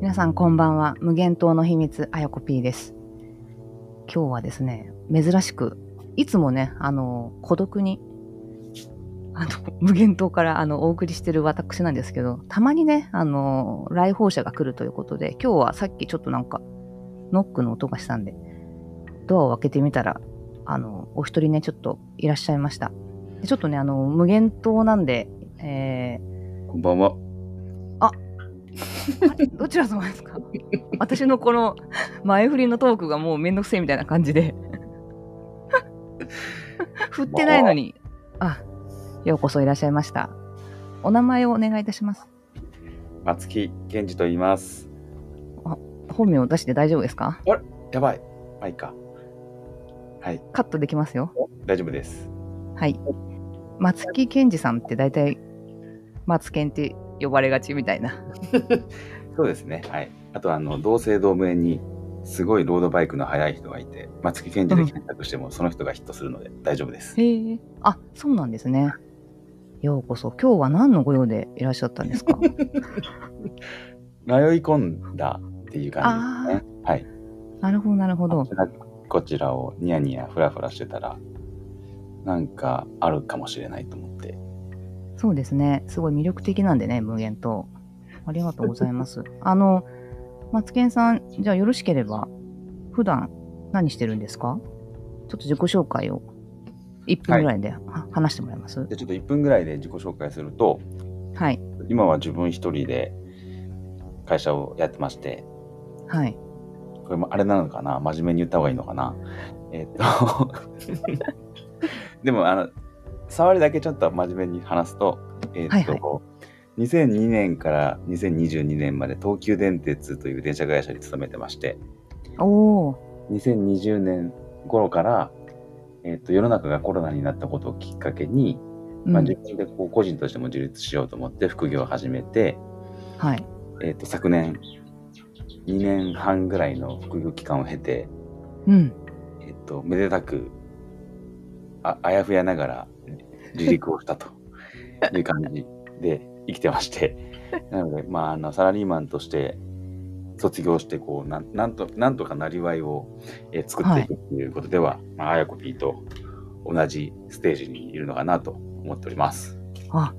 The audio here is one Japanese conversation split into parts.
皆さんこんばんは無限島の秘密あやこ P です今日はですね珍しくいつもねあの孤独にあの無限島からあのお送りしてる私なんですけどたまにねあの来訪者が来るということで今日はさっきちょっとなんかノックの音がしたんでドアを開けてみたらあのお一人ねちょっといらっしゃいましたでちょっとねあの無限島なんで、えーこんばんは。あれ どちら様ですか私のこの前振りのトークがもうめんどくせえみたいな感じで 振ってないのに、あようこそいらっしゃいましたお名前をお願いいたします松木健二と言います。本名を出して大丈夫ですかやばい。まあいいか。はい、カットできますよ大丈夫です。はい松木健二さんって大体松健って呼ばれがちみたいなそうですね。はい。あと、あの、同姓同名に、すごいロードバイクの速い人がいて、松木健二で検索しても、その人がヒットするので大丈夫です。へえ。あ、そうなんですね。ようこそ。今日は何のご用でいらっしゃったんですか 迷い込んだっていう感じですね。はい。なるほど、なるほどこ。ちらこちらをニヤニヤフラフラしてたら、なんかあるかもしれないと思って。そうですね。すごい魅力的なんでね、無限と。ありがとうございます。 あの、マツケンさん、じゃあよろしければ、普段何してるんですかちょっと自己紹介を1分ぐらいで、は話してもらいますで、ちょっと1分ぐらいで自己紹介すると、はい。今は自分一人で会社をやってまして、はい。これもあれなのかな真面目に言った方がいいのかなえっと でもあの触りだけちょっと真面目に話すと,、えっとはいはい2002年から2022年まで東急電鉄という電車会社に勤めてましておー。 2020年頃から、えっと世の中がコロナになったことをきっかけに、うんまあ、自分でこう個人としても自立しようと思って副業を始めて、はい。えっと昨年2年半ぐらいの副業期間を経てうん。えっと、めでたくああやふやながら離陸をし たという感じで生きてましてなので、まあ、あのサラリーマンとして卒業してこうなんなんとなんとかなりわいを、えー作っていくということでは、まああやこ P と同じステージにいるのかなと思っております。あ、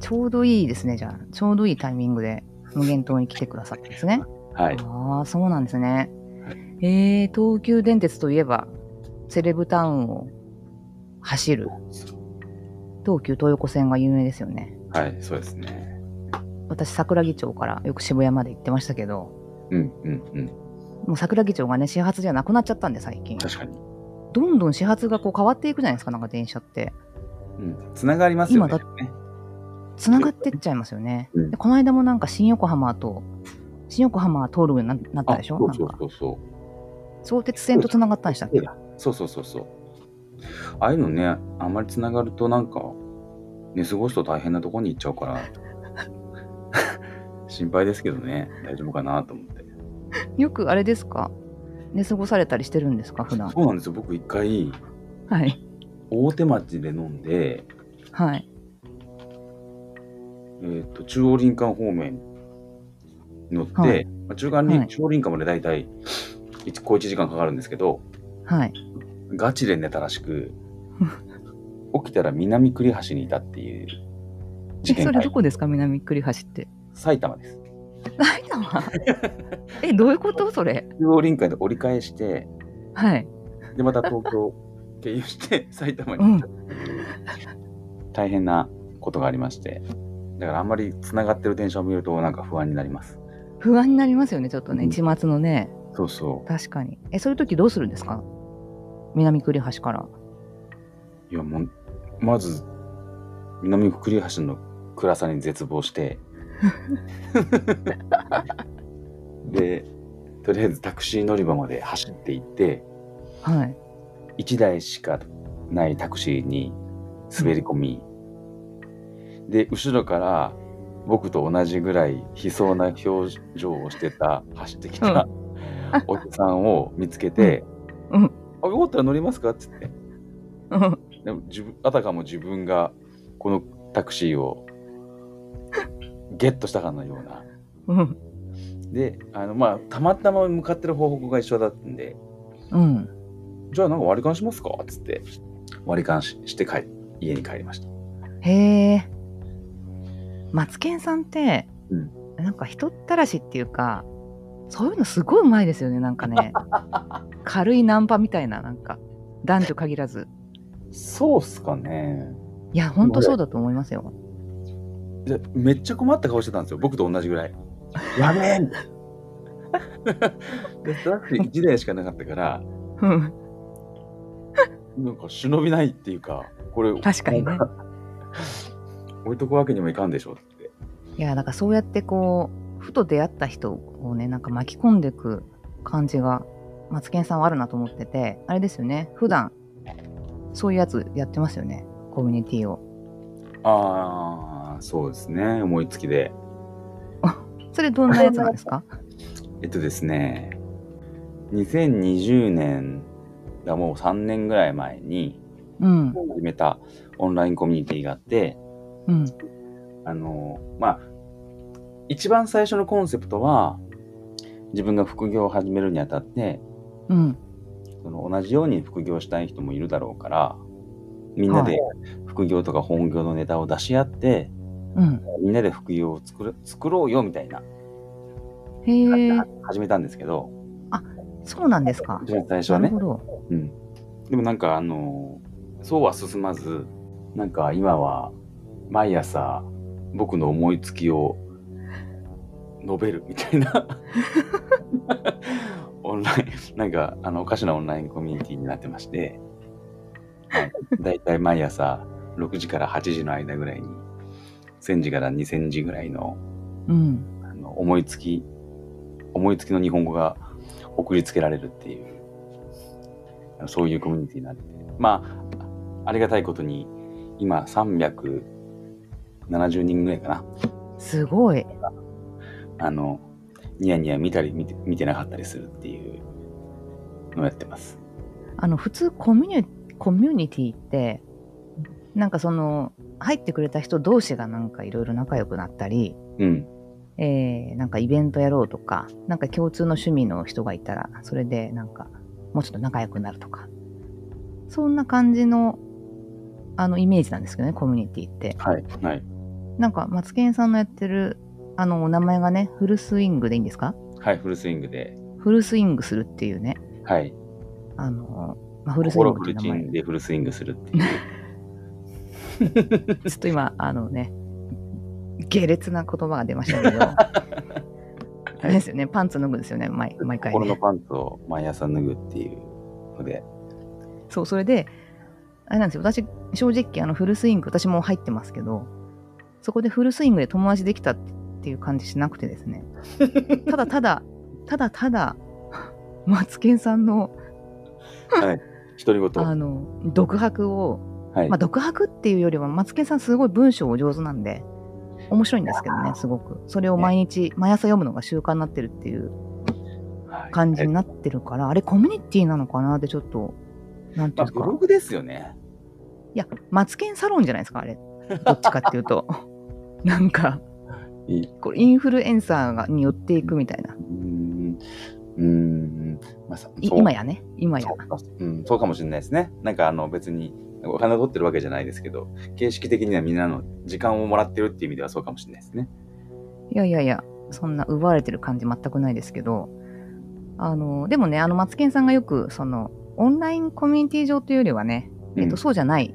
ちょうどいいですね、じゃあ。ちょうどいいタイミングで無限島に来てくださったんですね。はい、ああ、そうなんですねは。えー、東急電鉄といえば、セレブタウンを走る東急東横線が有名ですよね。はい、そうですね。私、桜木町からよく渋谷まで行ってましたけど、うんうんうん、もう桜木町がね、始発じゃなくなっちゃったんで、最近。確かに。どんどん始発がこう変わっていくじゃないですか、なんか電車って。うん、つながりますよね。今だつながってっちゃいますよね。うんでこの間もなんか新横浜と、新横浜は通るようにななったあでしょそうそなうんか、そうそう。相鉄線とつながったんでしたっけそうそうそうそう。ああいうのね、あんまりつながるとなんか、寝過ごすと大変なとこに行っちゃうから、 心配ですけどね、大丈夫かなと思って。よくあれですか寝過ごされたりしてるんですか、普段。そうなんですよ、僕一回、はい。大手町で飲んで、はい。えー、と中央林間方面に乗って、はいまあ中間はいに中央林間まで大体、いち小1時間かかるんですけど、はい。ガチで寝たら しく、起きたら南栗橋にいたっていう事え件そがれどこですか南栗橋って。埼玉です。埼玉え、どういうことそれ。中央臨海で折り返して、はい。で、また東京経由して 埼玉に行ったっていう、大変なことがありまして、だからあんまりつながってる電車を見ると、なんか不安になります。不安になりますよね、ちょっとね。うん一末のね。そうそ確かに。え、そういう時どうするんですか南栗橋から。う。いや、もう、まず、南区栗橋の暗さに絶望 して、で、とりあえずタクシー乗り場まで走って行って、はい。 1台しかないタクシーに滑り込み、で後ろから僕と同じぐらい悲壮な表情をしてた走ってきた、 おじさんを見つけて「うんあよかったら乗りますか?」っつってうんでも自分あたかも自分がこのタクシーをゲットしたかのようなうん。であの、まあ、たまたま向かってる方向が一緒だったんで、うん。じゃあなんか割り勘しますかっつって、割り勘しして帰家に帰りました。へえ。マツケンさんって、うんなんか人ったらしっていうか、そういうのすごいうまいですよね、なんか ね。軽いナンパみたいな、なんか、男女限らず。そうっすかね。いや、ほんとそうだと思いますよ。でめっちゃ困った顔してたんですよ。僕と同じぐ らい。やべ えで、スタッフ1台しかなかったから、うんなんか忍びないっていうか、これ、確かにね。 置いとくわけにもいかんでしょって。いや、だからそうやってこう、ふと出会った人をね、なんか巻き込んでいく感じが、マツケンさんはあるなと思ってて、あれですよね、普段、そういうやつやってますよね、コミュニティを。ああ、そうですね。思いつきで。それどんなやつなんです かえっとですね、2020年がもう3年ぐらい前にうん、始めたオンラインコミュニティがあって、うん、あの、まあ、一番最初のコンセプトは、自分が副業を始めるにあたって、うん、その同じように副業したい人もいるだろうから、みんなで副業とか本業のネタを出し合って、うん。みんなで副業を作る作ろうよみたいな、へえ、始めたんですけど、そうなんですか。一番最初なはるねほ。ど。うん、でもなんかあのそうは進まずなんか今は毎朝僕の思いつきを述べるみたいな オンラインなんかあのおかしなオンラインコミュニティになってまして、はい、だいたい毎朝6時から8時の間ぐらいに1000時から2000時ぐらいのうん。あの思いつき思いつきの日本語が送りつけられるっていうそういうコミュニティになってまあありがたいことに今370人ぐらいかなすごい。あのニヤニヤ見たり見て見てなかったりするっていうのをやってますあの、普通コミュニ、コミュニティって、なんかその、入ってくれた人同士がなんかいろいろ仲良くなったり、うんえーなんかイベントやろうとか、なんか共通の趣味の人がいたら、それでなんか、もうちょっと仲良くなるとか、そんな感じの、あの、イメージなんですけどね、コミュニティって。はいはいなんか、マツケンさんのやってる、あの、お名前がね、フルスイングでいいんですかはいフルスイングでフルスイングするっていうね、はいあの、まあ、フルスイン心グフっていルうチ名前ンでフルスイングするっていうちょっと今、あのね、下劣な言葉が出ましたけ ど、あれですよね、パンツ脱ぐんですよね、毎毎回、ね。心のパンツを毎朝脱ぐっていうのでそう、それで、あれなんですよ、私、正直、あの、フルスイング、私も入ってますけど、そこでフルスイングで友達できたっていう感じしなくてです ね、ただただ、ただただ、 マツケンさんの、独り言あの、独白を、はいまあ、独白っていうよりは、マツケンさんすごい文章お上手なんで、面白いんですけどね、すごく。それを毎日、毎朝読むのが習慣になってるっていうはい感じになってるから、あれコミュニティなのかなってちょっと、なんていうんでまあすか。ブログですよねいや、マツケンサロンじゃないですか、あれ。どっちかっていうと。 なんか、いいうこれインフルエンサーがに寄っていくみたいな。ーんうーん、まあ、さいそう今やね、今やそ。うかうん、そうかもしれないですねなんかあの別にお金を取ってるわけじゃないですけど形式的にはみんなの時間をもらってるっていう意味ではそうかもしれないですねいやいやいや、そんな奪われてる感じ全くないですけど、あの、でもね、あの、マツケンさんがよく、その、オンラインコミュニティ上というよりはね、えっうと、んそうじゃない、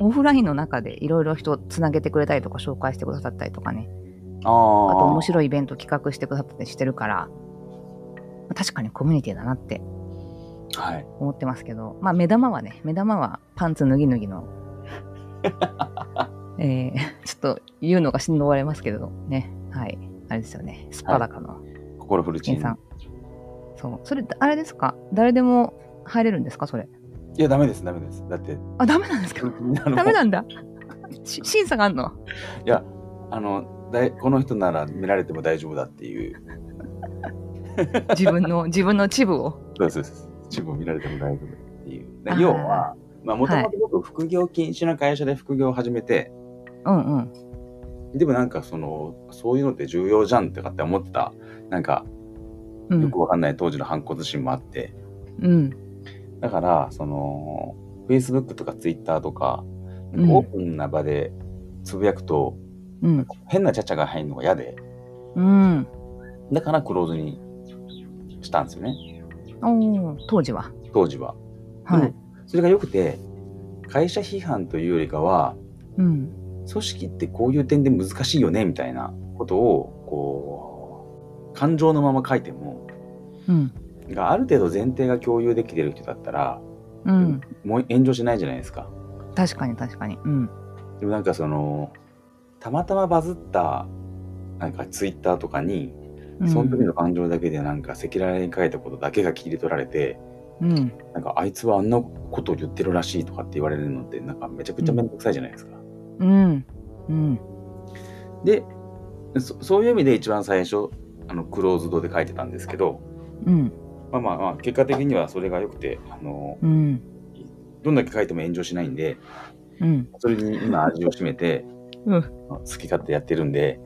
オフラインの中でいろいろ人つなげてくれたりとか、紹介してくださったりとかね、あああと面白いイベント企画してくださったりしてるから、確かにコミュニティだなってはい思ってますけど、まあ、目玉はね目玉はパンツ脱ぎ脱ぎ のえー、ちょっと言うのがしんどわれますけれどねはいあれですよねすっぱだかの心フルチ金ンさん、そうそれあれですか誰でも入れるんですかそれいやダメですダメですだってあダメなんですかダ ダメなんだし審査があんのいやあのだいこの人なら見られても大丈夫だっていう自分 の自分のチブをそうですそうです自分を見られても大丈夫っていうであー要はもともと僕副業禁止の会社で副業を始めて、うんうんでもなんかそのそういうのって重要じゃんとかって思ってたなんかうんよくわかんない当時の反骨心もあって、うんだからその Facebook とか Twitter とかうんオープンな場でつぶやくと、うん変なちゃちゃが入るのが嫌でうんだからクローズにしたんですよねおー当時は当時は。はでいもそれが良くて会社批判というよりかはうん組織ってこういう点で難しいよねみたいなことをこう感情のまま書いてもうんがある程度前提が共有できてる人だったら、うんもう炎上しないじゃないですか確かに確かにうんでもなんかそのたまたまバズったなんかツイッターとかに、うんその時の感情だけでなんか赤裸々に書いたことだけが切り取られてうんなんかあいつはあんなことを言ってるらしいとかって言われるのってなんかめちゃくちゃ面倒くさいじゃないですか、うんうんでそそういう意味で一番最初あのクローズドで書いてたんですけど、うんまあ、まあまあ結果的にはそれが良くてあのうんどんだけ書いても炎上しないんでうんそれに今味を占めて、うん好き勝手やってるんで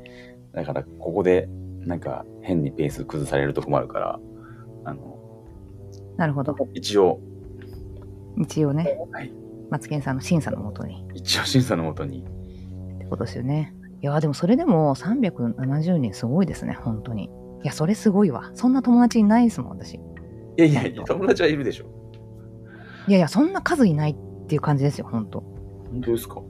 だからここでなんか変にペース崩されると困るからあのなるほど一応、一応ねはい、マツケンさんの審査のもとに一応審査のもとにってことですよねいやーでもそれでも370人すごいですね本当にいやそれすごいわそんな友達いないですもん私いやいやいや友達はいるでしょいやいやそんな数いないっていう感じですよ本当本当ですか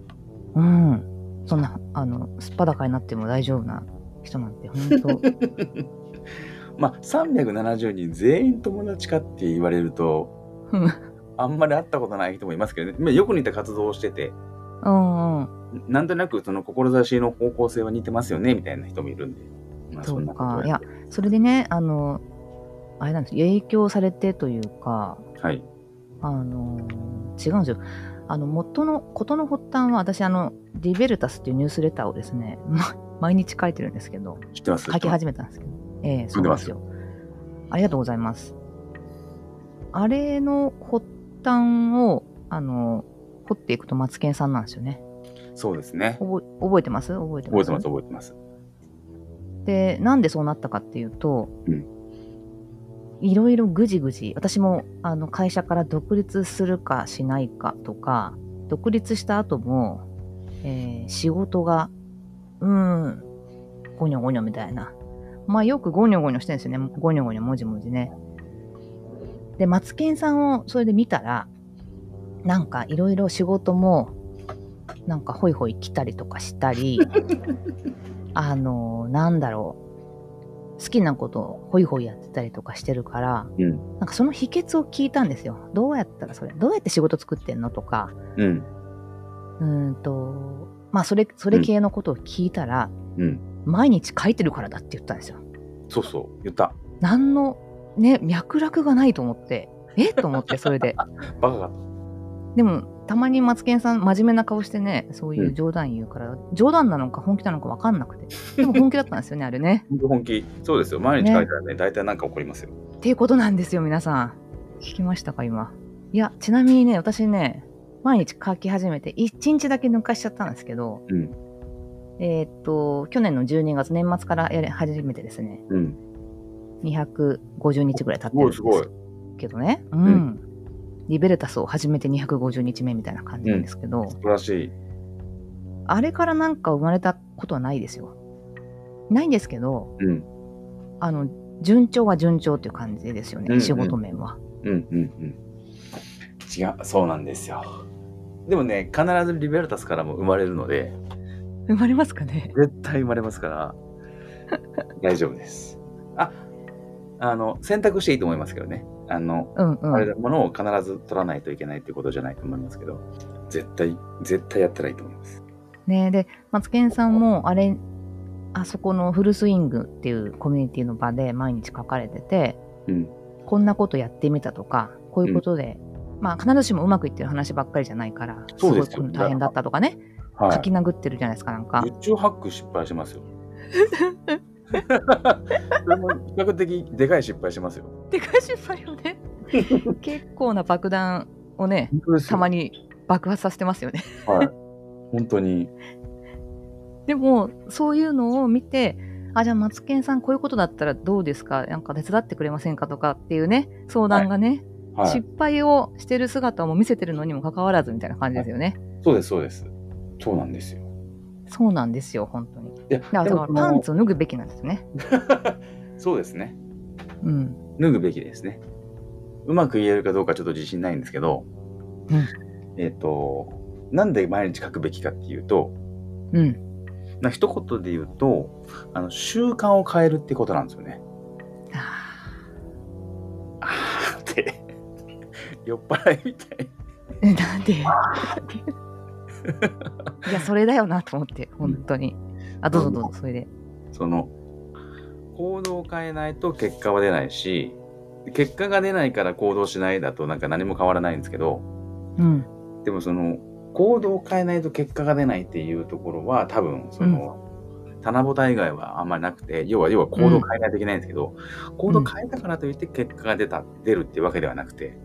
うんそんなあのすっぱだかになっても大丈夫な人なんて本 当まあ370人全員友達かって言われるとうんあんまり会ったことない人もいますけどねまあよく似た活動をしててうんうんなんとなくその志の方向性は似てますよねみたいな人もいるんで、まあ、そそんうなことかをいややってそれでねあのあれなんです影響されてというかはいあの違うんですよあの元のことの発端は私あのリベルタスっていうニュースレターをですね ま毎日書いてるんですけど知ってます書き始めたんですけどええそ読うなんんでまですすよありがとうございますあれの発端をあの掘っていくとマツケンさんなんですよねそうですね覚え覚えてます覚えて覚まえすてます覚えてますでなんでそうなったかっていうと、うんいろいろぐじぐじ私もあの会社から独立するかしないかとか独立した後も、えー仕事がうーんゴニョゴニョみたいなまあよくゴニョゴニョしてるんですよねゴニョゴニョもじもじねでマツケンさんをそれで見たらなんかいろいろ仕事もなんかホイホイ来たりとかしたりあのなんだろう好きなことをホイホイやってたりとかしてるからうんなんかその秘訣を聞いたんですよどうやったらそれどうやって仕事作ってんのとかうんうーんとまあそれそれ系のことを聞いたら、うん毎日書いてるからだって言ったんですよそうそう言った何のね脈絡がないと思ってえと思ってそれでバカかとでもたまにマツケンさん真面目な顔してねそういう冗談言うから、冗談なのか本気なのか分かんなくてでも本気だったんですよねあれね本当本気そうですよ毎日書いたらね大体なんか起こりますよっていうことなんですよ皆さん聞きましたか今いやちなみにね私ね毎日書き始めて1日だけ抜かしちゃったんですけどうんえーっと去年の12月年末からやり始めてですねうん250日ぐらい経ってすごるんですいすごいけどね、うんリベルタスを始めて250日目みたいな感じなんですけど、素晴らしいあれからなんか生まれたことはないですよないんですけどうんあの順調は順調っていう感じですよね、うんうん仕事面はうんうんうん違うそうなんですよでもね必ずリベルタスからも生まれるので生まれますかね絶対生まれますから 大丈夫ですああの選択していいと思いますけどねあの、うんうんあれのものを必ず取らないといけないっていうことじゃないと思いますけど絶対絶対やったらいいと思いますねでマツケンさんもあれあそこのフルスイングっていうコミュニティの場で毎日書かれててうんこんなことやってみたとかこういうことで、まあ必ずしもうまくいってる話ばっかりじゃないからそうですよごいこの大変だったとかねは書き殴ってるじゃないですかなんか宇宙ハック失敗しますよそれも比較的でかい失敗しますよでかい失敗よね結構な爆弾をね本当ですよたまに爆発させてますよねはい本当にでもそういうのを見てあじゃあマツケンさんこういうことだったらどうですかなんか手伝ってくれませんかとかっていうね相談がね、はい失。敗をしてる姿も見せてるのにもかかわらずみたいな感じですよね、そうです、そうです。そうなんですよ。そうなんですよ本当にいや、だからでもだからパンツを脱ぐべきなんですねそうですね。うん脱ぐべきですね。うまく言えるかどうかちょっと自信ないんですけど、えっ、と、なんで毎日書くべきかっていうと、うんな一言で言うとあの、習慣を変えるってことなんですよね。ああーって、 酔っ払いみたい。ーえ なんでいやそれだよなと思って本当に、あどうぞどうぞそれでその、行動を変えないと結果は出ないし、結果が出ないから行動しないだとなんか何も変わらないんですけど、うんでもその行動を変えないと結果が出ないっていうところは多分その、棚ぼた以外はあんまりなくて要は要は行動を変えないといけないんですけど、行動を変えたからといって結果が出た出るっていうわけではなくて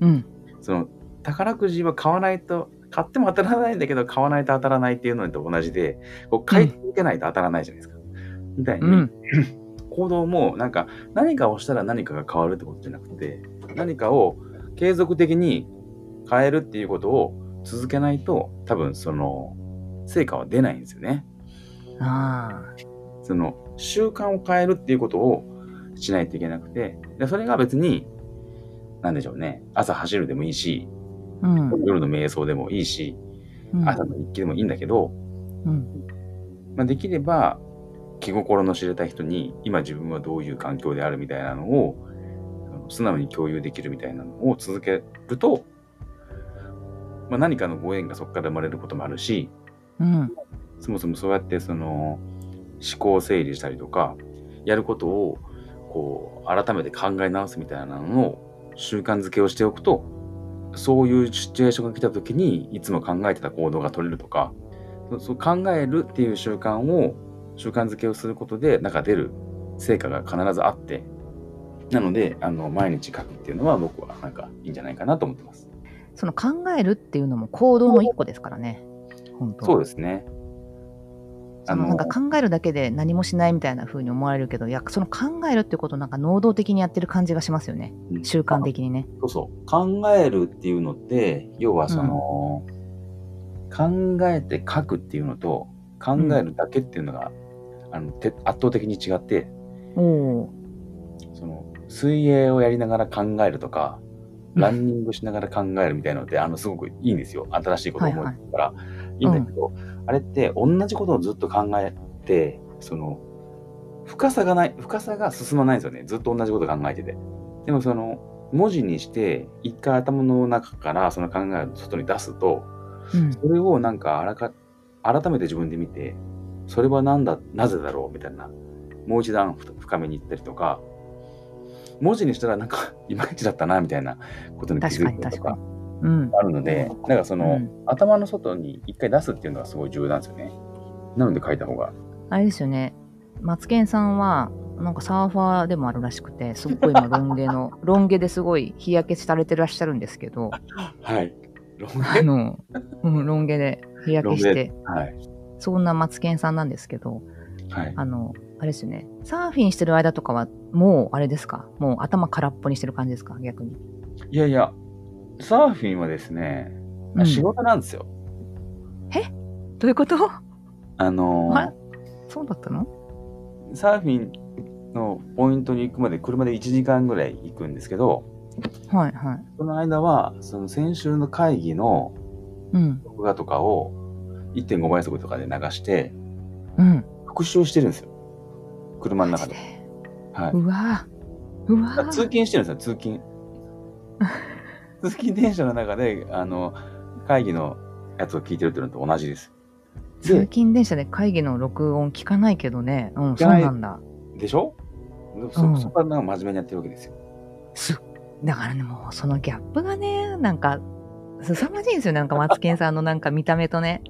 うんその宝くじは買わないと買っても当たらないんだけど買わないと当たらないっていうのと同じでこう買い続けないと当たらないじゃないですか。みたいに、うん行動もなんか何かをしたら何かが変わるってことじゃなくて何かを継続的に変えるっていうことを続けないと多分その成果は出ないんですよね。ああその習慣を変えるっていうことをしないといけなくてでそれが別に何でしょうね朝走るでもいいしうん夜の瞑想でもいいしうん朝の日記でもいいんだけど、うんまあ、できれば気心の知れた人に今自分はどういう環境であるみたいなのをあの素直に共有できるみたいなのを続けると、まあ、何かのご縁がそこから生まれることもあるしうんそもそもそうやってその思考を整理したりとかやることをこう改めて考え直すみたいなのを習慣づけをしておくとそういうシチュエーションが来た時にいつも考えてた行動が取れるとかそそう考えるっていう習慣を習慣づけをすることでなんか出る成果が必ずあってなのであの毎日書くっていうのは僕はなんかいいんじゃないかなと思ってます。その考えるっていうのも行動の一個ですからね。本当そうですねそのなんか考えるだけで何もしないみたいな風に思われるけど、いやその考えるってことをなんか能動的にやってる感じがしますよね。うん習慣的にね。そうそう考えるっていうのって要はその、考えて書くっていうのと考えるだけっていうのが、あのて圧倒的に違っておおその水泳をやりながら考えるとかうんランニングしながら考えるみたいなのってあのすごくいいんですよ新しいことを思いつくから、いいんだけど、あれって同じことをずっと考えてその深さがない深さが進まないんですよねずっと同じこと考えててでもその文字にして一回頭の中からその考えを外に出すとー。うん。それをなんかあらか改めて自分で見てそれはなんだなぜだろうみたいなもう一段ふ深めに行ったりとか文字にしたらなんか いまいちだったなみたいなことに気確づかいにた確りとかかに。うん。あるのでなんかその、うん頭の外に一回出すっていうのがすごい重要なんですよねなので書いた方があれですよね。マツケンさんはなんかサーファーでもあるらしくて、すっごい今ロン毛 のロン毛ですごい日焼けされてらっしゃるんですけど、はいロンあの、うん、ロン毛で日焼けして、はいそんなマツケンさんなんですけど、はいあの、あれですよね。サーフィンしてる間とかは、もう、あれですかもう頭空っぽにしてる感じですか逆に。いやいやサーフィンはですね、うん仕事なんですよどういうことあのーあれそうだったのサーフィンのポイントに行くまで車で1時間ぐらい行くんですけどはいはい。その間はその先週の会議のうん。録画とかを1.5倍速とかで流してうん。復習してるんですよ車の中でマジではいうわぁ。うわだから通ぁ。勤してるんですよ通 勤通勤電車の中であの会議のやつを聞いてるっていうのと同じです通で勤電車で会議の録音聞かないけどね。うん、聞かそうないなんだ。でしょそうんそこはなんか真面目にやってるわけですよすだからね、もうそのギャップがね、なんか、凄まじいんですよ。なんか、マツケンさんのなんか見た目とね、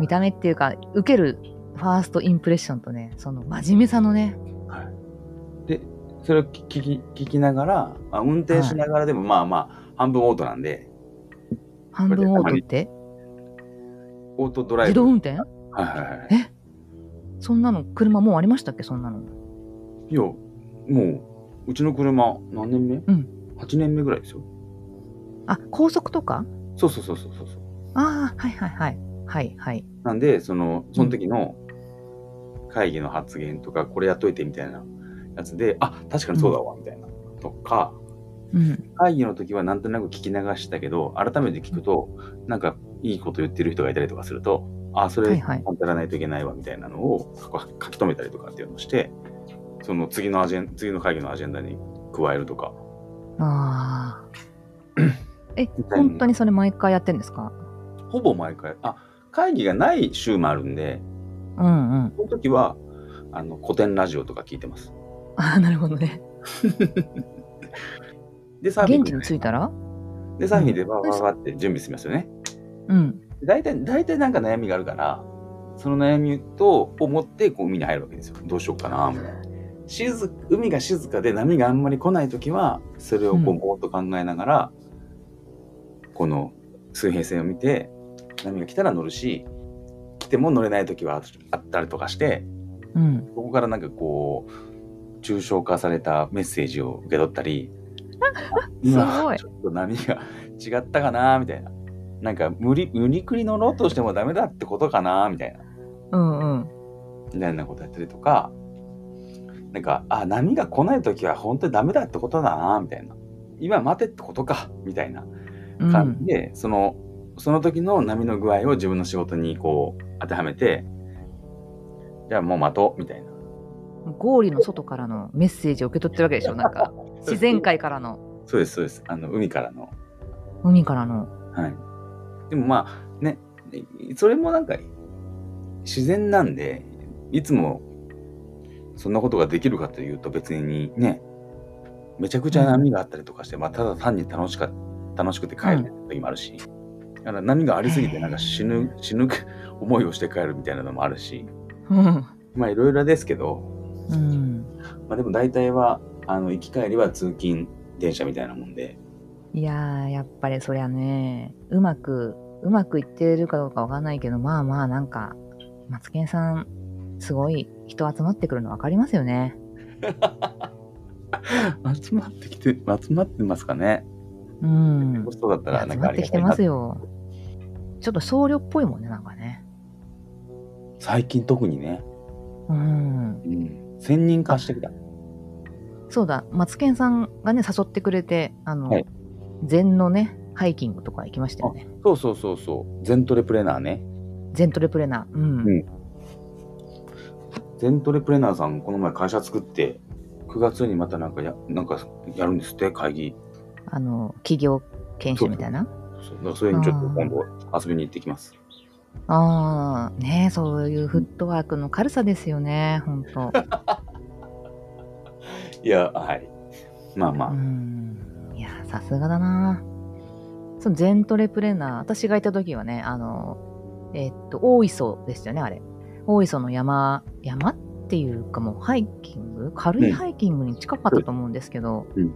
見た目っていうか、受けるファーストインプレッションとね、その真面目さのね、それを聞き聞きながら、まあ、運転しながらでもまあまあ半分オートなんで、半分オートってオートドライ自動ブ。運転はいはいはい。えそんなの車もうありましたっけそんなのいや、もう、うちの車、何年目ん ?8 年目ぐらいですよ。あ高速とかそうそうそうそうそうそう。ああはいはいはいはいはいなんで、その、その時の会議の発言とか、これやっといてみたいなやつで、あ、確かにそうだわ、みたいな。とか、うん会議の時はなんとなく聞き流したけど、改めて聞くと、なんかいいこと言ってる人がいたりとかすると、あ、そはれ、いはい本当やらないといけないわ、みたいなのを書く書き留めたりとかっていうのをして、その次のアジェン、次の会議のアジェンダに加えるとか、ああ え本当にそれ毎回やってるんですかほぼ毎回、あ、会議がない週もあるんで、うんうんその時は、あの、古典ラジオとか聞いてます。ああなるほどねで、サーフィン現で地に着いたらで、サーフィンでうんわーわーわーって準備しますよね。うん大体、大体なんか悩みがあるから、その悩みと、を持って、こう、海に入るわけですよ。どうしようかな、みたいな。静海が静かで波があんまり来ない時はそれをうこうんぼーっと考えながら、この水平線を見て波が来たら乗るし来ても乗れない時はあったりとかしてうんここからなんかこう抽象化されたメッセージを受け取ったり すごい今ちょっと波が違ったかなみたいななんか無理無理くり乗ろうとしてもダメだってことかなみたいなうんうんみたいなことやったりとかなんかあ波が来ない時は本当にダメだってことだなみたいな今待てってことかみたいなうん感じで、そのその時の波の具合を自分の仕事にこう当てはめてじゃあもう待とうみたいなゴーリの外からのメッセージを受け取ってるわけでしょなんか自然界からのそうですそうですあの海からの海からのはい。でもまあね、それもなんか自然なんで、いつもそんなことができるかというと別にね、めちゃくちゃ波があったりとかして、まあただ単に楽しか楽しくて帰る時もあるし、だから波がありすぎてなんか死ぬ、死ぬ思いをして帰るみたいなのもあるし、うんまあいろいろですけど、うんまあでも大体は、あの、行き帰りは通勤電車みたいなもんで、いやーやっぱりそりゃねうまくうまくいってるかどうかわかんないけどまあまあなんかマツケンさんすごい人集まってくるの分かりますよね 集まってきて、集まってますかね。うんもしそうだったらな集んかまあってりがきたていなまとすよちょっと僧侶っぽいもんねなんかね最近特にね、うんうん、専任化してきた。そうだマツケンさんがね誘ってくれてあの、はい禅のねハイキングとか行きましたよねそうそうそうそう。全トレプレナーね。禅トレプレナーうん、うん全トレプレナーさん、この前会社作って、9月にまたなんかや、なんかやるんですって、会議。あの企業研修みたいなそうだからそれにちょっと今度遊びに行ってきます。ああねえそういうフットワークの軽さですよね本当 いや、はい。まあまあ。うんいやさすがだなその全トレプレナー私がいた時はねあのえっと大磯でしたよねあれ大磯の山山っていうかもうハイキング軽いうんハイキングに近かったと思うんですけど、うん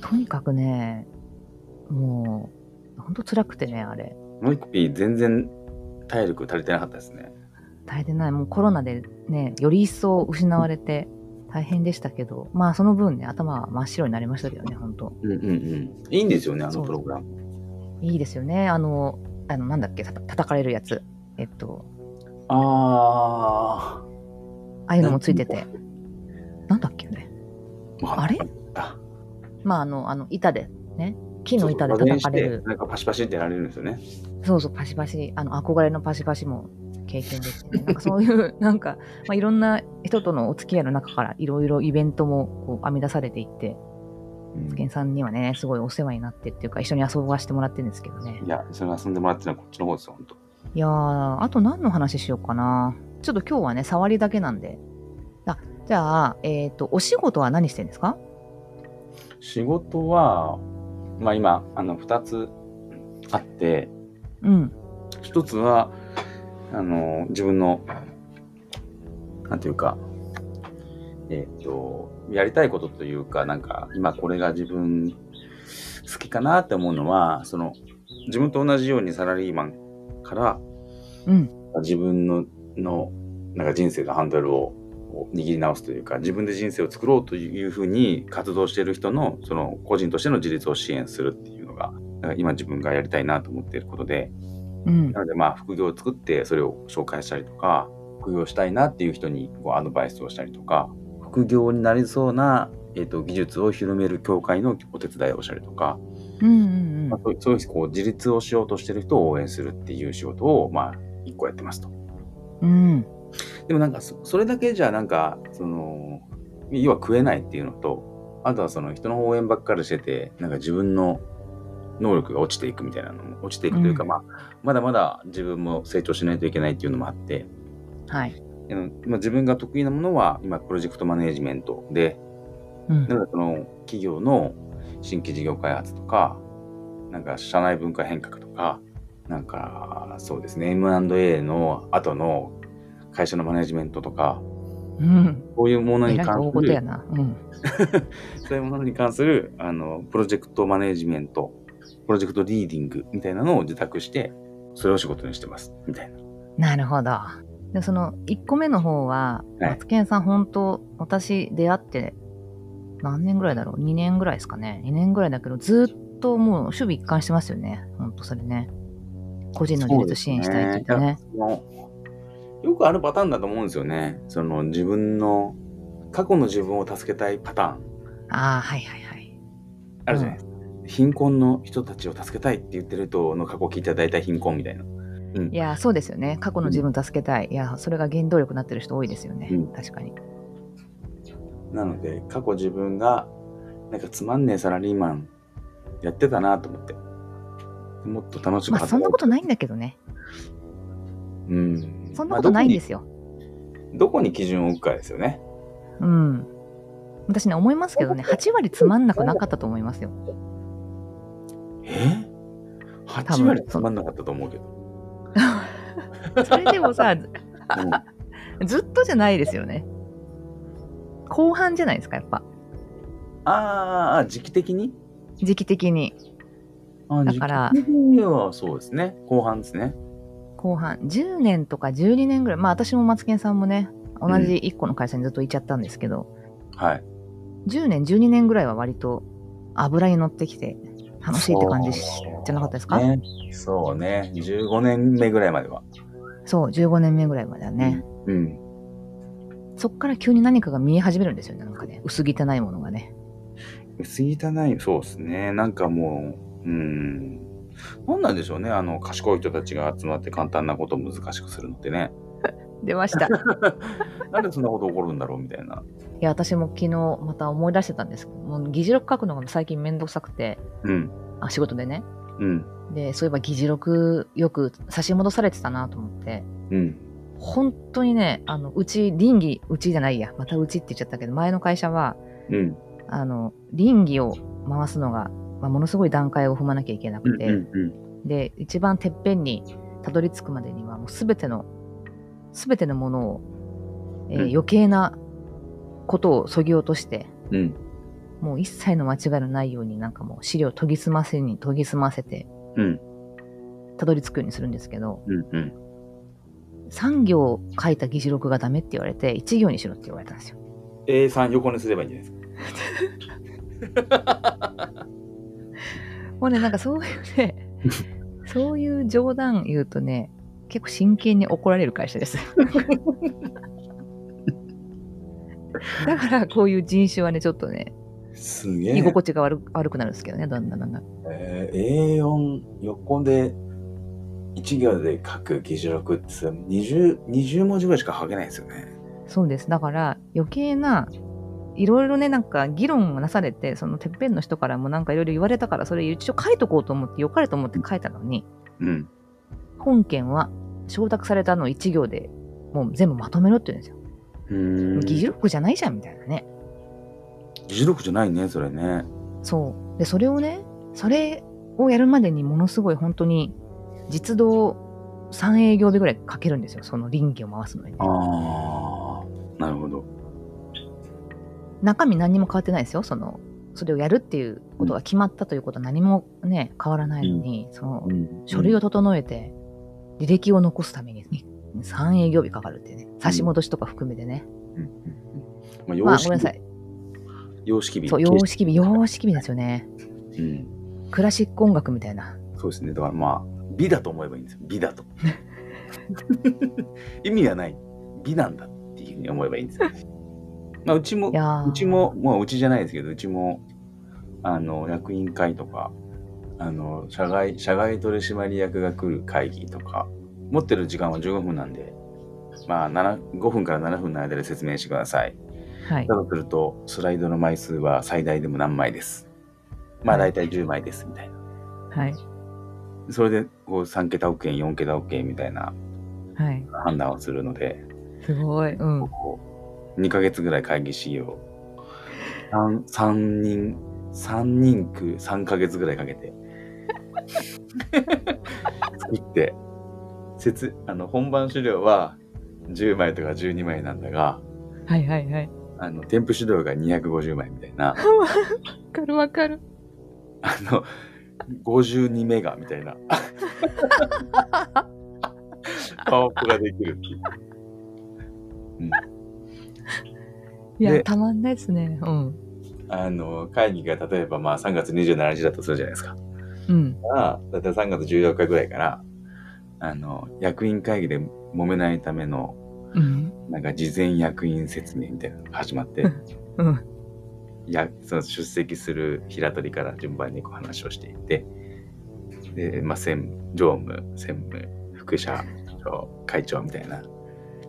とにかくねもうほんと辛くてねあれもう一ピー全然体力足りてなかったですね。大変ないもうコロナでねより一層失われて大変でしたけどまあその分ね頭は真っ白になりましたけどね本当うんうんうん。いいんですよね、あそのうプログラム。いいですよねあのあのなんだっけた叩かれるやつえっとあああいうのもついててなんだっけねあ。あれあまああのあの板でね木の板で叩かれそうそうるなんかパシパシってやられるんですよね。そうそうパシパシあの憧れのパシパシも経験できて、ね、なんかそういう なんか、まあ、いろんな人とのお付き合いの中からいろいろイベントもこう編み出されていってうん健さんにはね、すごいお世話になってっていうか、一緒に遊ばしてもらってるんですけどね。いや、それ遊んでもらってるのはこっちの方ですよ、ほんと。いやー、あと何の話しようかな。ちょっと今日はね、触りだけなんで。あ、じゃあ、えっ、と、お仕事は何してるんですか仕事は、まあ、今あの2つあってうん。 1つはあの自分のなんていうかえっ、とやりたいことというかなんか今これが自分好きかなって思うのはその自分と同じようにサラリーマンからうん。自分ののなんか人生のハンドルをを握り直すというか自分で人生を作ろうというふうに活動している人のその個人としての自立を支援するっていうのがなんか今自分がやりたいなと思っていることでうんなのでまあ副業を作ってそれを紹介したりとか副業したいなっていう人にこうアドバイスをしたりとか副業になりそうな、えー、と技術を広める協会のお手伝いをしたりとか、うんうんうんまあ、そうそういうこう自立をしようとしている人を応援するっていう仕事をまあ一個やってますと。うんでもなんかそそれだけじゃなんかその要は食えないっていうのとあとはその人の応援ばっかりしててなんか自分の能力が落ちていくみたいなのも落ちていくというか、うんまあ、まだまだ自分も成長しないといけないっていうのもあって、はいうんまあ、自分が得意なものは今プロジェクトマネージメントでうんなんかその企業の新規事業開発とかなんか社内文化変革とかなんかそうですね M&A の後の会社のマネージメントとかうんそういうものえにらい関大す事やる、なうんそういうものに関する、あの、プロジェクトマネージメント、プロジェクトリーディングみたいなのを自宅して、それを仕事にしてます、みたいな。なるほどでその1個目の方ははいマツケンさん本当私出会って何年ぐらいだろう2年ぐらいですかね2年ぐらいだけどずっともう守備一貫してますよね本当それね個人の自立支援したいって言ってねそうですね。いやそのよくあるパターンだと思うんですよね。その自分の、過去の自分を助けたいパターン、ああはいはいはいあるじゃないですか。貧困の人たちを助けたいって言ってる人の過去を聞いた大体貧困みたいな。うんい。やーそうですよね過去の自分を助けたい、いやーそれが原動力になってる人多いですよね、うん確かになので、過去自分が、なんかつまんねえサラリーマンやってたなと思って。もっと楽しくまあそんなことないんだけどねうん、そんなことないんですすよ、まあどこにどこに基準を置くかですよね。うん私ね思いますけ どね8割つまんなくなかったと思いますよえ ?8 割つまんなかったと思うけど。それでもさうんずっとじゃないですよね後半じゃないですかやっぱあーあー、時期的に時期的にあーだから時期的にはそうですね。後半ですね。後半10年とか12年ぐらいまあ私もマツケンさんもね同じ1個の会社にずっといちゃったんですけど、はい。 10年12年ぐらいは割と油に乗ってきて楽しいって感じしそうじゃなかったですかねそうね。15年目ぐらいまでは。そう15年目ぐらいまではね、うん。そっから急に何かが見え始めるんですよねなんかね薄汚いものがね薄汚い、そうですね。なんかもう、うん。なんなんでしょうね。あの、賢い人たちが集まって簡単なことを難しくするのっ てね。出ました いなんでそんなこと起こるんだろうみたいな。や私も昨日また思い出してたんですけどもう議事録書くのが最近めんどくさくてうん。あ仕事でねうん。でそういえば議事録よく差し戻されてたなと思ってうん。本当にねあのうち倫理うちじゃないやまたうちって言っちゃったけど前の会社はうん。あの倫理を回すのが、まあ、ものすごい段階を踏まなきゃいけなうくん。て、うん。で一番てっぺんにたどり着くまでにはもう全ての全てのものを、えーうん余計なことをそぎ落としてうん。もう一切の間違いのないようになんかもう資料を研ぎ澄ませに研ぎ澄ませてうん。たどり着くようにするんですけどうん。うん。 3行書いた議事録がダメって言われて1行にしろって言われたんですよ A さん横にすればいいんじゃないですか。もうねなんかそういうねそういう冗談言うとね結構真剣に怒られる会社ですだからこういう人種はねちょっとねすげ居心地が悪く悪くなるんですけどねだんだんだんだんえー、A4 横で1行で書く議事録ってさ 20, 20文字ぐらいしか書けないですよね。そうですだから余計ないろいろねなんか議論もなされてそのてっぺんの人からもなんかいろいろ言われたからそれ一応書いとこうと思ってよかれと思って書いたのにうん。本件は承諾されたのを1行でもう全部まとめろって言うんですよ。うん議事録じゃないじゃんみたいなね。議事録じゃないね、それね。そう。で、それをね、それをやるまでにものすごい本当に実動3営業日ぐらいかけるんですよ。その臨機を回すのにね。ああ、なるほど。中身何にも変わってないですよ。その、それをやるっていうことが決まったということは何もね、変わらないのに、そのん書類を整えて履歴を残すために3営業日かかるっていうね。差し戻しとか含めてね。うんうんうんままあ、あ、ごめ様式んな日さい。様式日そう、様式日、様式日ですよね。うん、クラシック音楽みたいな。そうですねだからまあ美だと思えばいいんですよ美 だと意味がない美なんだっていうふうに思えばいいんですよ、まあ、うちもいやーうちも、まあ、うちじゃないですけど、うちも、あの、役員会とか、あの、社外、社外取締役が来る会議とか、持ってる時間は15分なんで、まあ、7 5分から7分の間で説明してください。はいだ。とすると、スライドの枚数は最大でも何枚です。まあ、大体10枚です、みたいな。はい。それで、こう、3桁億円、4桁億円みたいなはい。判断をするので、すごい。うん。こう2ヶ月ぐらい会議しよう。3, 三人、三人区3ヶ月ぐらいかけて。作って、説、あの、本番資料は10枚とか12枚なんだが、はいはいはい。あの、添付資料が250枚みたいな、わかるわかる。あの、52メガみた いな。パワポができるっていう。いや、でたまんないですね。うん。あの、会議が例えばまあ3月27日だとするじゃないですか。うん。が、だいたい3月14日ぐらいから、あの、役員会議で揉めないための、うん。なんか事前役員説明みたいなのが始まって、うん。やその出席する平取から順番にこう話をしていって、で、まあ、専常務、専務、副社長、会長みたいな、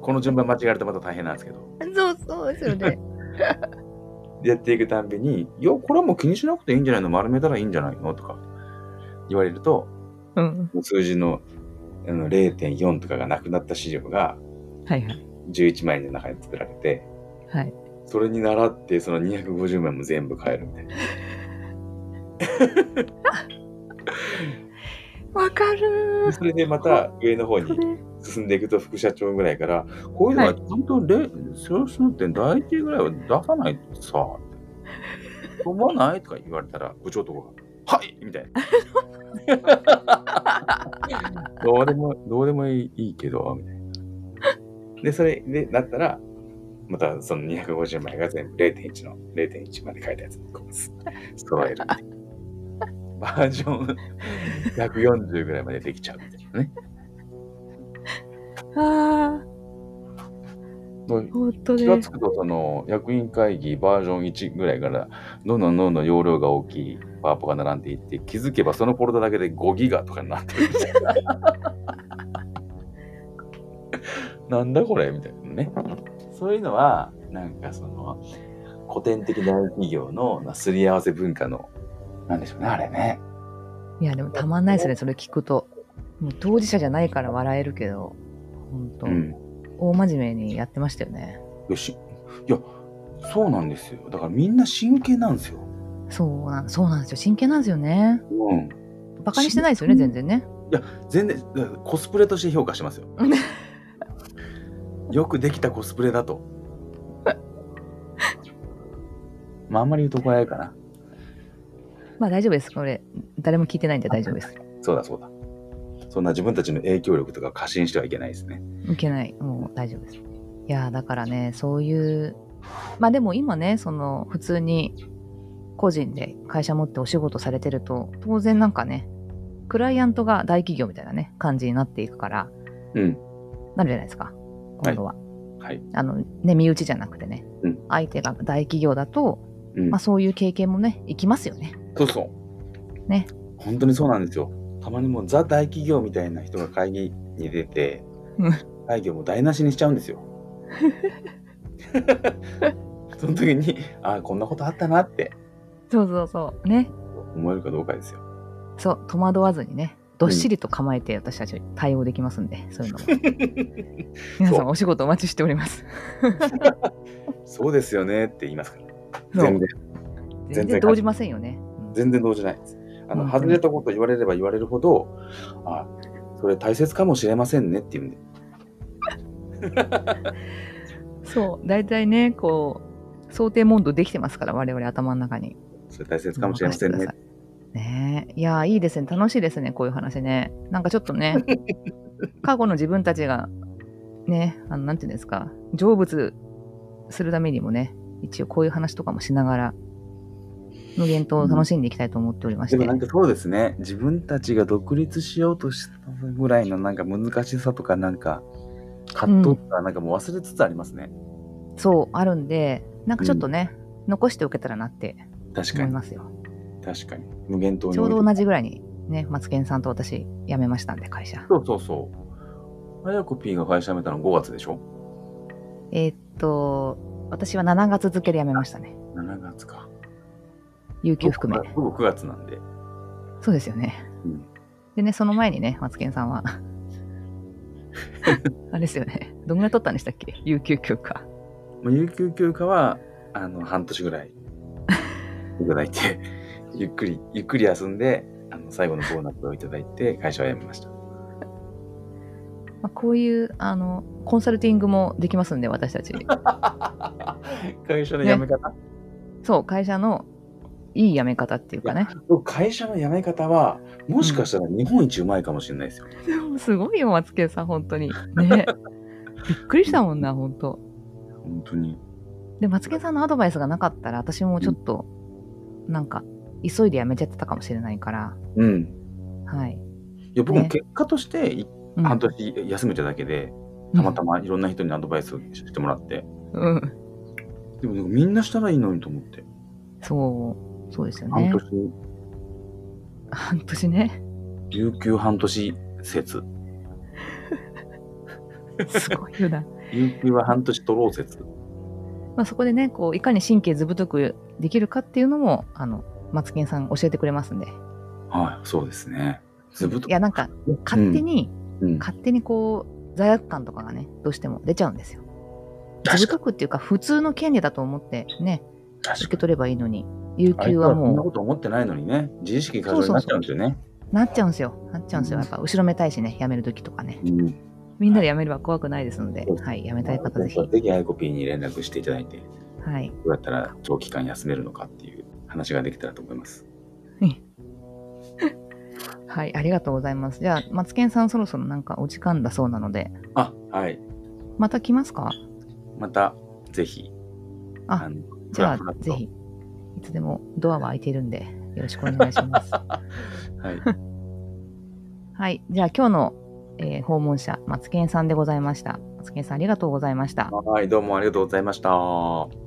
この順番間違えるとまた大変なんですけど、そうそうですよね。やっていくたんびに、いや、これはもう気にしなくていいんじゃないの丸めたらいいんじゃないのとか言われると、うん。数字のあの0.4とかがなくなった資料がはいはい。 11枚の中に作られてはい。それに倣ってその250枚も全部変えるみたいなわかるでそれでまた上の方に進んでいくと副社長ぐらいからこういうのはちゃんとれ小数点第一ぐらいは出さないとさ飛ばないとか言われたら部長とかが「はい!」みたいなどうでもどうでもいいいいけどみたいなでそれでなったらまたその250枚が全部0.1の0.1まで書いたやつにこうす揃えるみたいなバージョン140ぐらいまでできちゃうみたいなねああ、もう本当気がつね。くとその役員会議バージョン1ぐらいからどんどんどんどん容量が大きいパワポが並んでいって気づけばそのフォルダだけで5ギガとかになってるみたいななんだこれみたいなねそういうのはなんかその古典的な企業のまあすり合わせ文化のなんでしょうねあれねいや、でもたまんないですね。それ聞くと。もう当事者じゃないから笑えるけど、本当、うん大真面目にやってましたよね。よしいやそうなんですよだからみんな真剣なんですよそうなん、そうなんですよ。真剣なんですよね。うんバカにしてないですよね、真全然ね。全然だからコスプレとして評価して ますよよくできたコスプレだとまああんまり言うと怒られるかなまあ大丈夫です。これ、誰も聞いてないんで大丈夫です。そうだそうだそんな自分たちの影響力とか過信してはいけないですねいけない。もう大丈夫です。いやー、だからね、そういう、まあでも今ね、その、普通に個人で会社持ってお仕事されてると、当然なんかね、クライアントが大企業みたいなね、感じになっていくから、うんなるじゃないですか、今度は。はいあの、ね、身内じゃなくてね、うん相手が大企業だと、うん、まあそういう経験もね、いきますよね。そうそうね本当にそうなんですよたまにもうザ大企業みたいな人が会議に出てうん会議をもう台無しにしちゃうん ですよその時にああこんなことあったなってそうそうそう。ね。思えるかどうかですよそう、戸惑わずにね、どっしりと構えて私たち対応できますんで、そういう のも。 皆さそんお仕事お待ちしております。そうですよねって言いますから。そう全然、全全然然動じませんよね。全然動じないです。あの、うん外れたこと言われれば言われるほど、あ、それ大切かもしれませんねっていうんで。そう、大体ね、こう、想定モードできてますから、我々頭の中に。それ大切かもしれません任ねせてくださ。いねえいやーいい ですね楽しいですねこういう話ねなんかちょっとね過去の自分たちがね、あの、なんていうんですか、成仏するためにもね、一応こういう話とかもしながら、無限島を楽しんでいきたいと思っておりましでて。もなんかそうですね、自分たちが独立しようとしたぐらいのなんか難しさとかなんか葛藤とかなんかもう忘れつつありますね。そう、あるんで、なんかちょっとね、残しておけたらなって確か思いに、ますよ。確かに。無限島にちょうど同じぐらいに、ね、マツケンさんと私、辞めましたんで、会社。そうそうそう。あやこ P が会社辞めたの5月でしょえーっと、私は7月付けで辞めましたね。 ?7 月か。有給含め。僕僕9月なんで。そうですよね。うんでね、その前にね、マツケンさ んは。あれですよね。どんぐらい取ったんでしたっけ有給休暇。まあ、有給休暇はあの半年ぐ らいいただいて、 ゆっくり、ゆっくり休んで、あの最後のボーナスをいただいて会社を辞めました。まあ、こういう、あの、コンサルティングもできますんで、私たち。 会社の辞め方、そう、会社のいい辞め方っていうかね。僕会社の辞め方は、もしかしたら日本一うまいかもしれないですよ。でもすごいよ、マツケンさん、本当に。ね。びっくりしたもんな、本当。本当に。で、マツケンさんのアドバイスがなかったら、私もちょっと、なんか、急いで辞めちゃってたかもしれないから、うん。はい。いや、僕もね結果として、いうん半年休めただけで、たまたまいろんな人にアドバイスをしてもらって、うん。でもなんかみんなしたらいいのにと思って、そう、そうですよ半ね。年、半年ね。有給半年説、すごいよな。 有給は半年取ろう説。まあ、そこでね、こう、いかに神経ずぶとくできるかっていうのも、あの、マツケンさん教えてくれますんで。はい、そうですね。ずぶといや、なんか、勝手に、うん、うん勝手にこう、罪悪感とかがね、どうしても出ちゃうんですよ。ずぶ確かとくっていうか、普通の権利だと思ってね、受確けかに。取ればいいのに、有あい給つははそんなもこと思ってないのにね、自意識過剰になっちゃうんですよね。う、なっちゃうんですよ。なっちゃうんですよ。やっぱ、後ろめたいしね、辞めるときとかね。うんみんなで辞めれば怖くないですのでそう、ではい、辞めたい方ぜひ。ぜひアイコピーに連絡していただいて、どはい。うやったら長期間休めるのかっていう話ができたらと思います。はい、ありがとうございます。じゃあ、マツケンさんそろそろなんかお時間だそうなので、あ、はい。また来ますかまた、ぜひ。あのじゃあ、ふらふらっとぜひ、いつでもドアは開いているんで、よろしくお願いし ます。はい。 はい、じゃあ今日の、えー訪問者、マツケンさんでございました。マツケンさんありがとうございました。はい、どうもありがとうございました。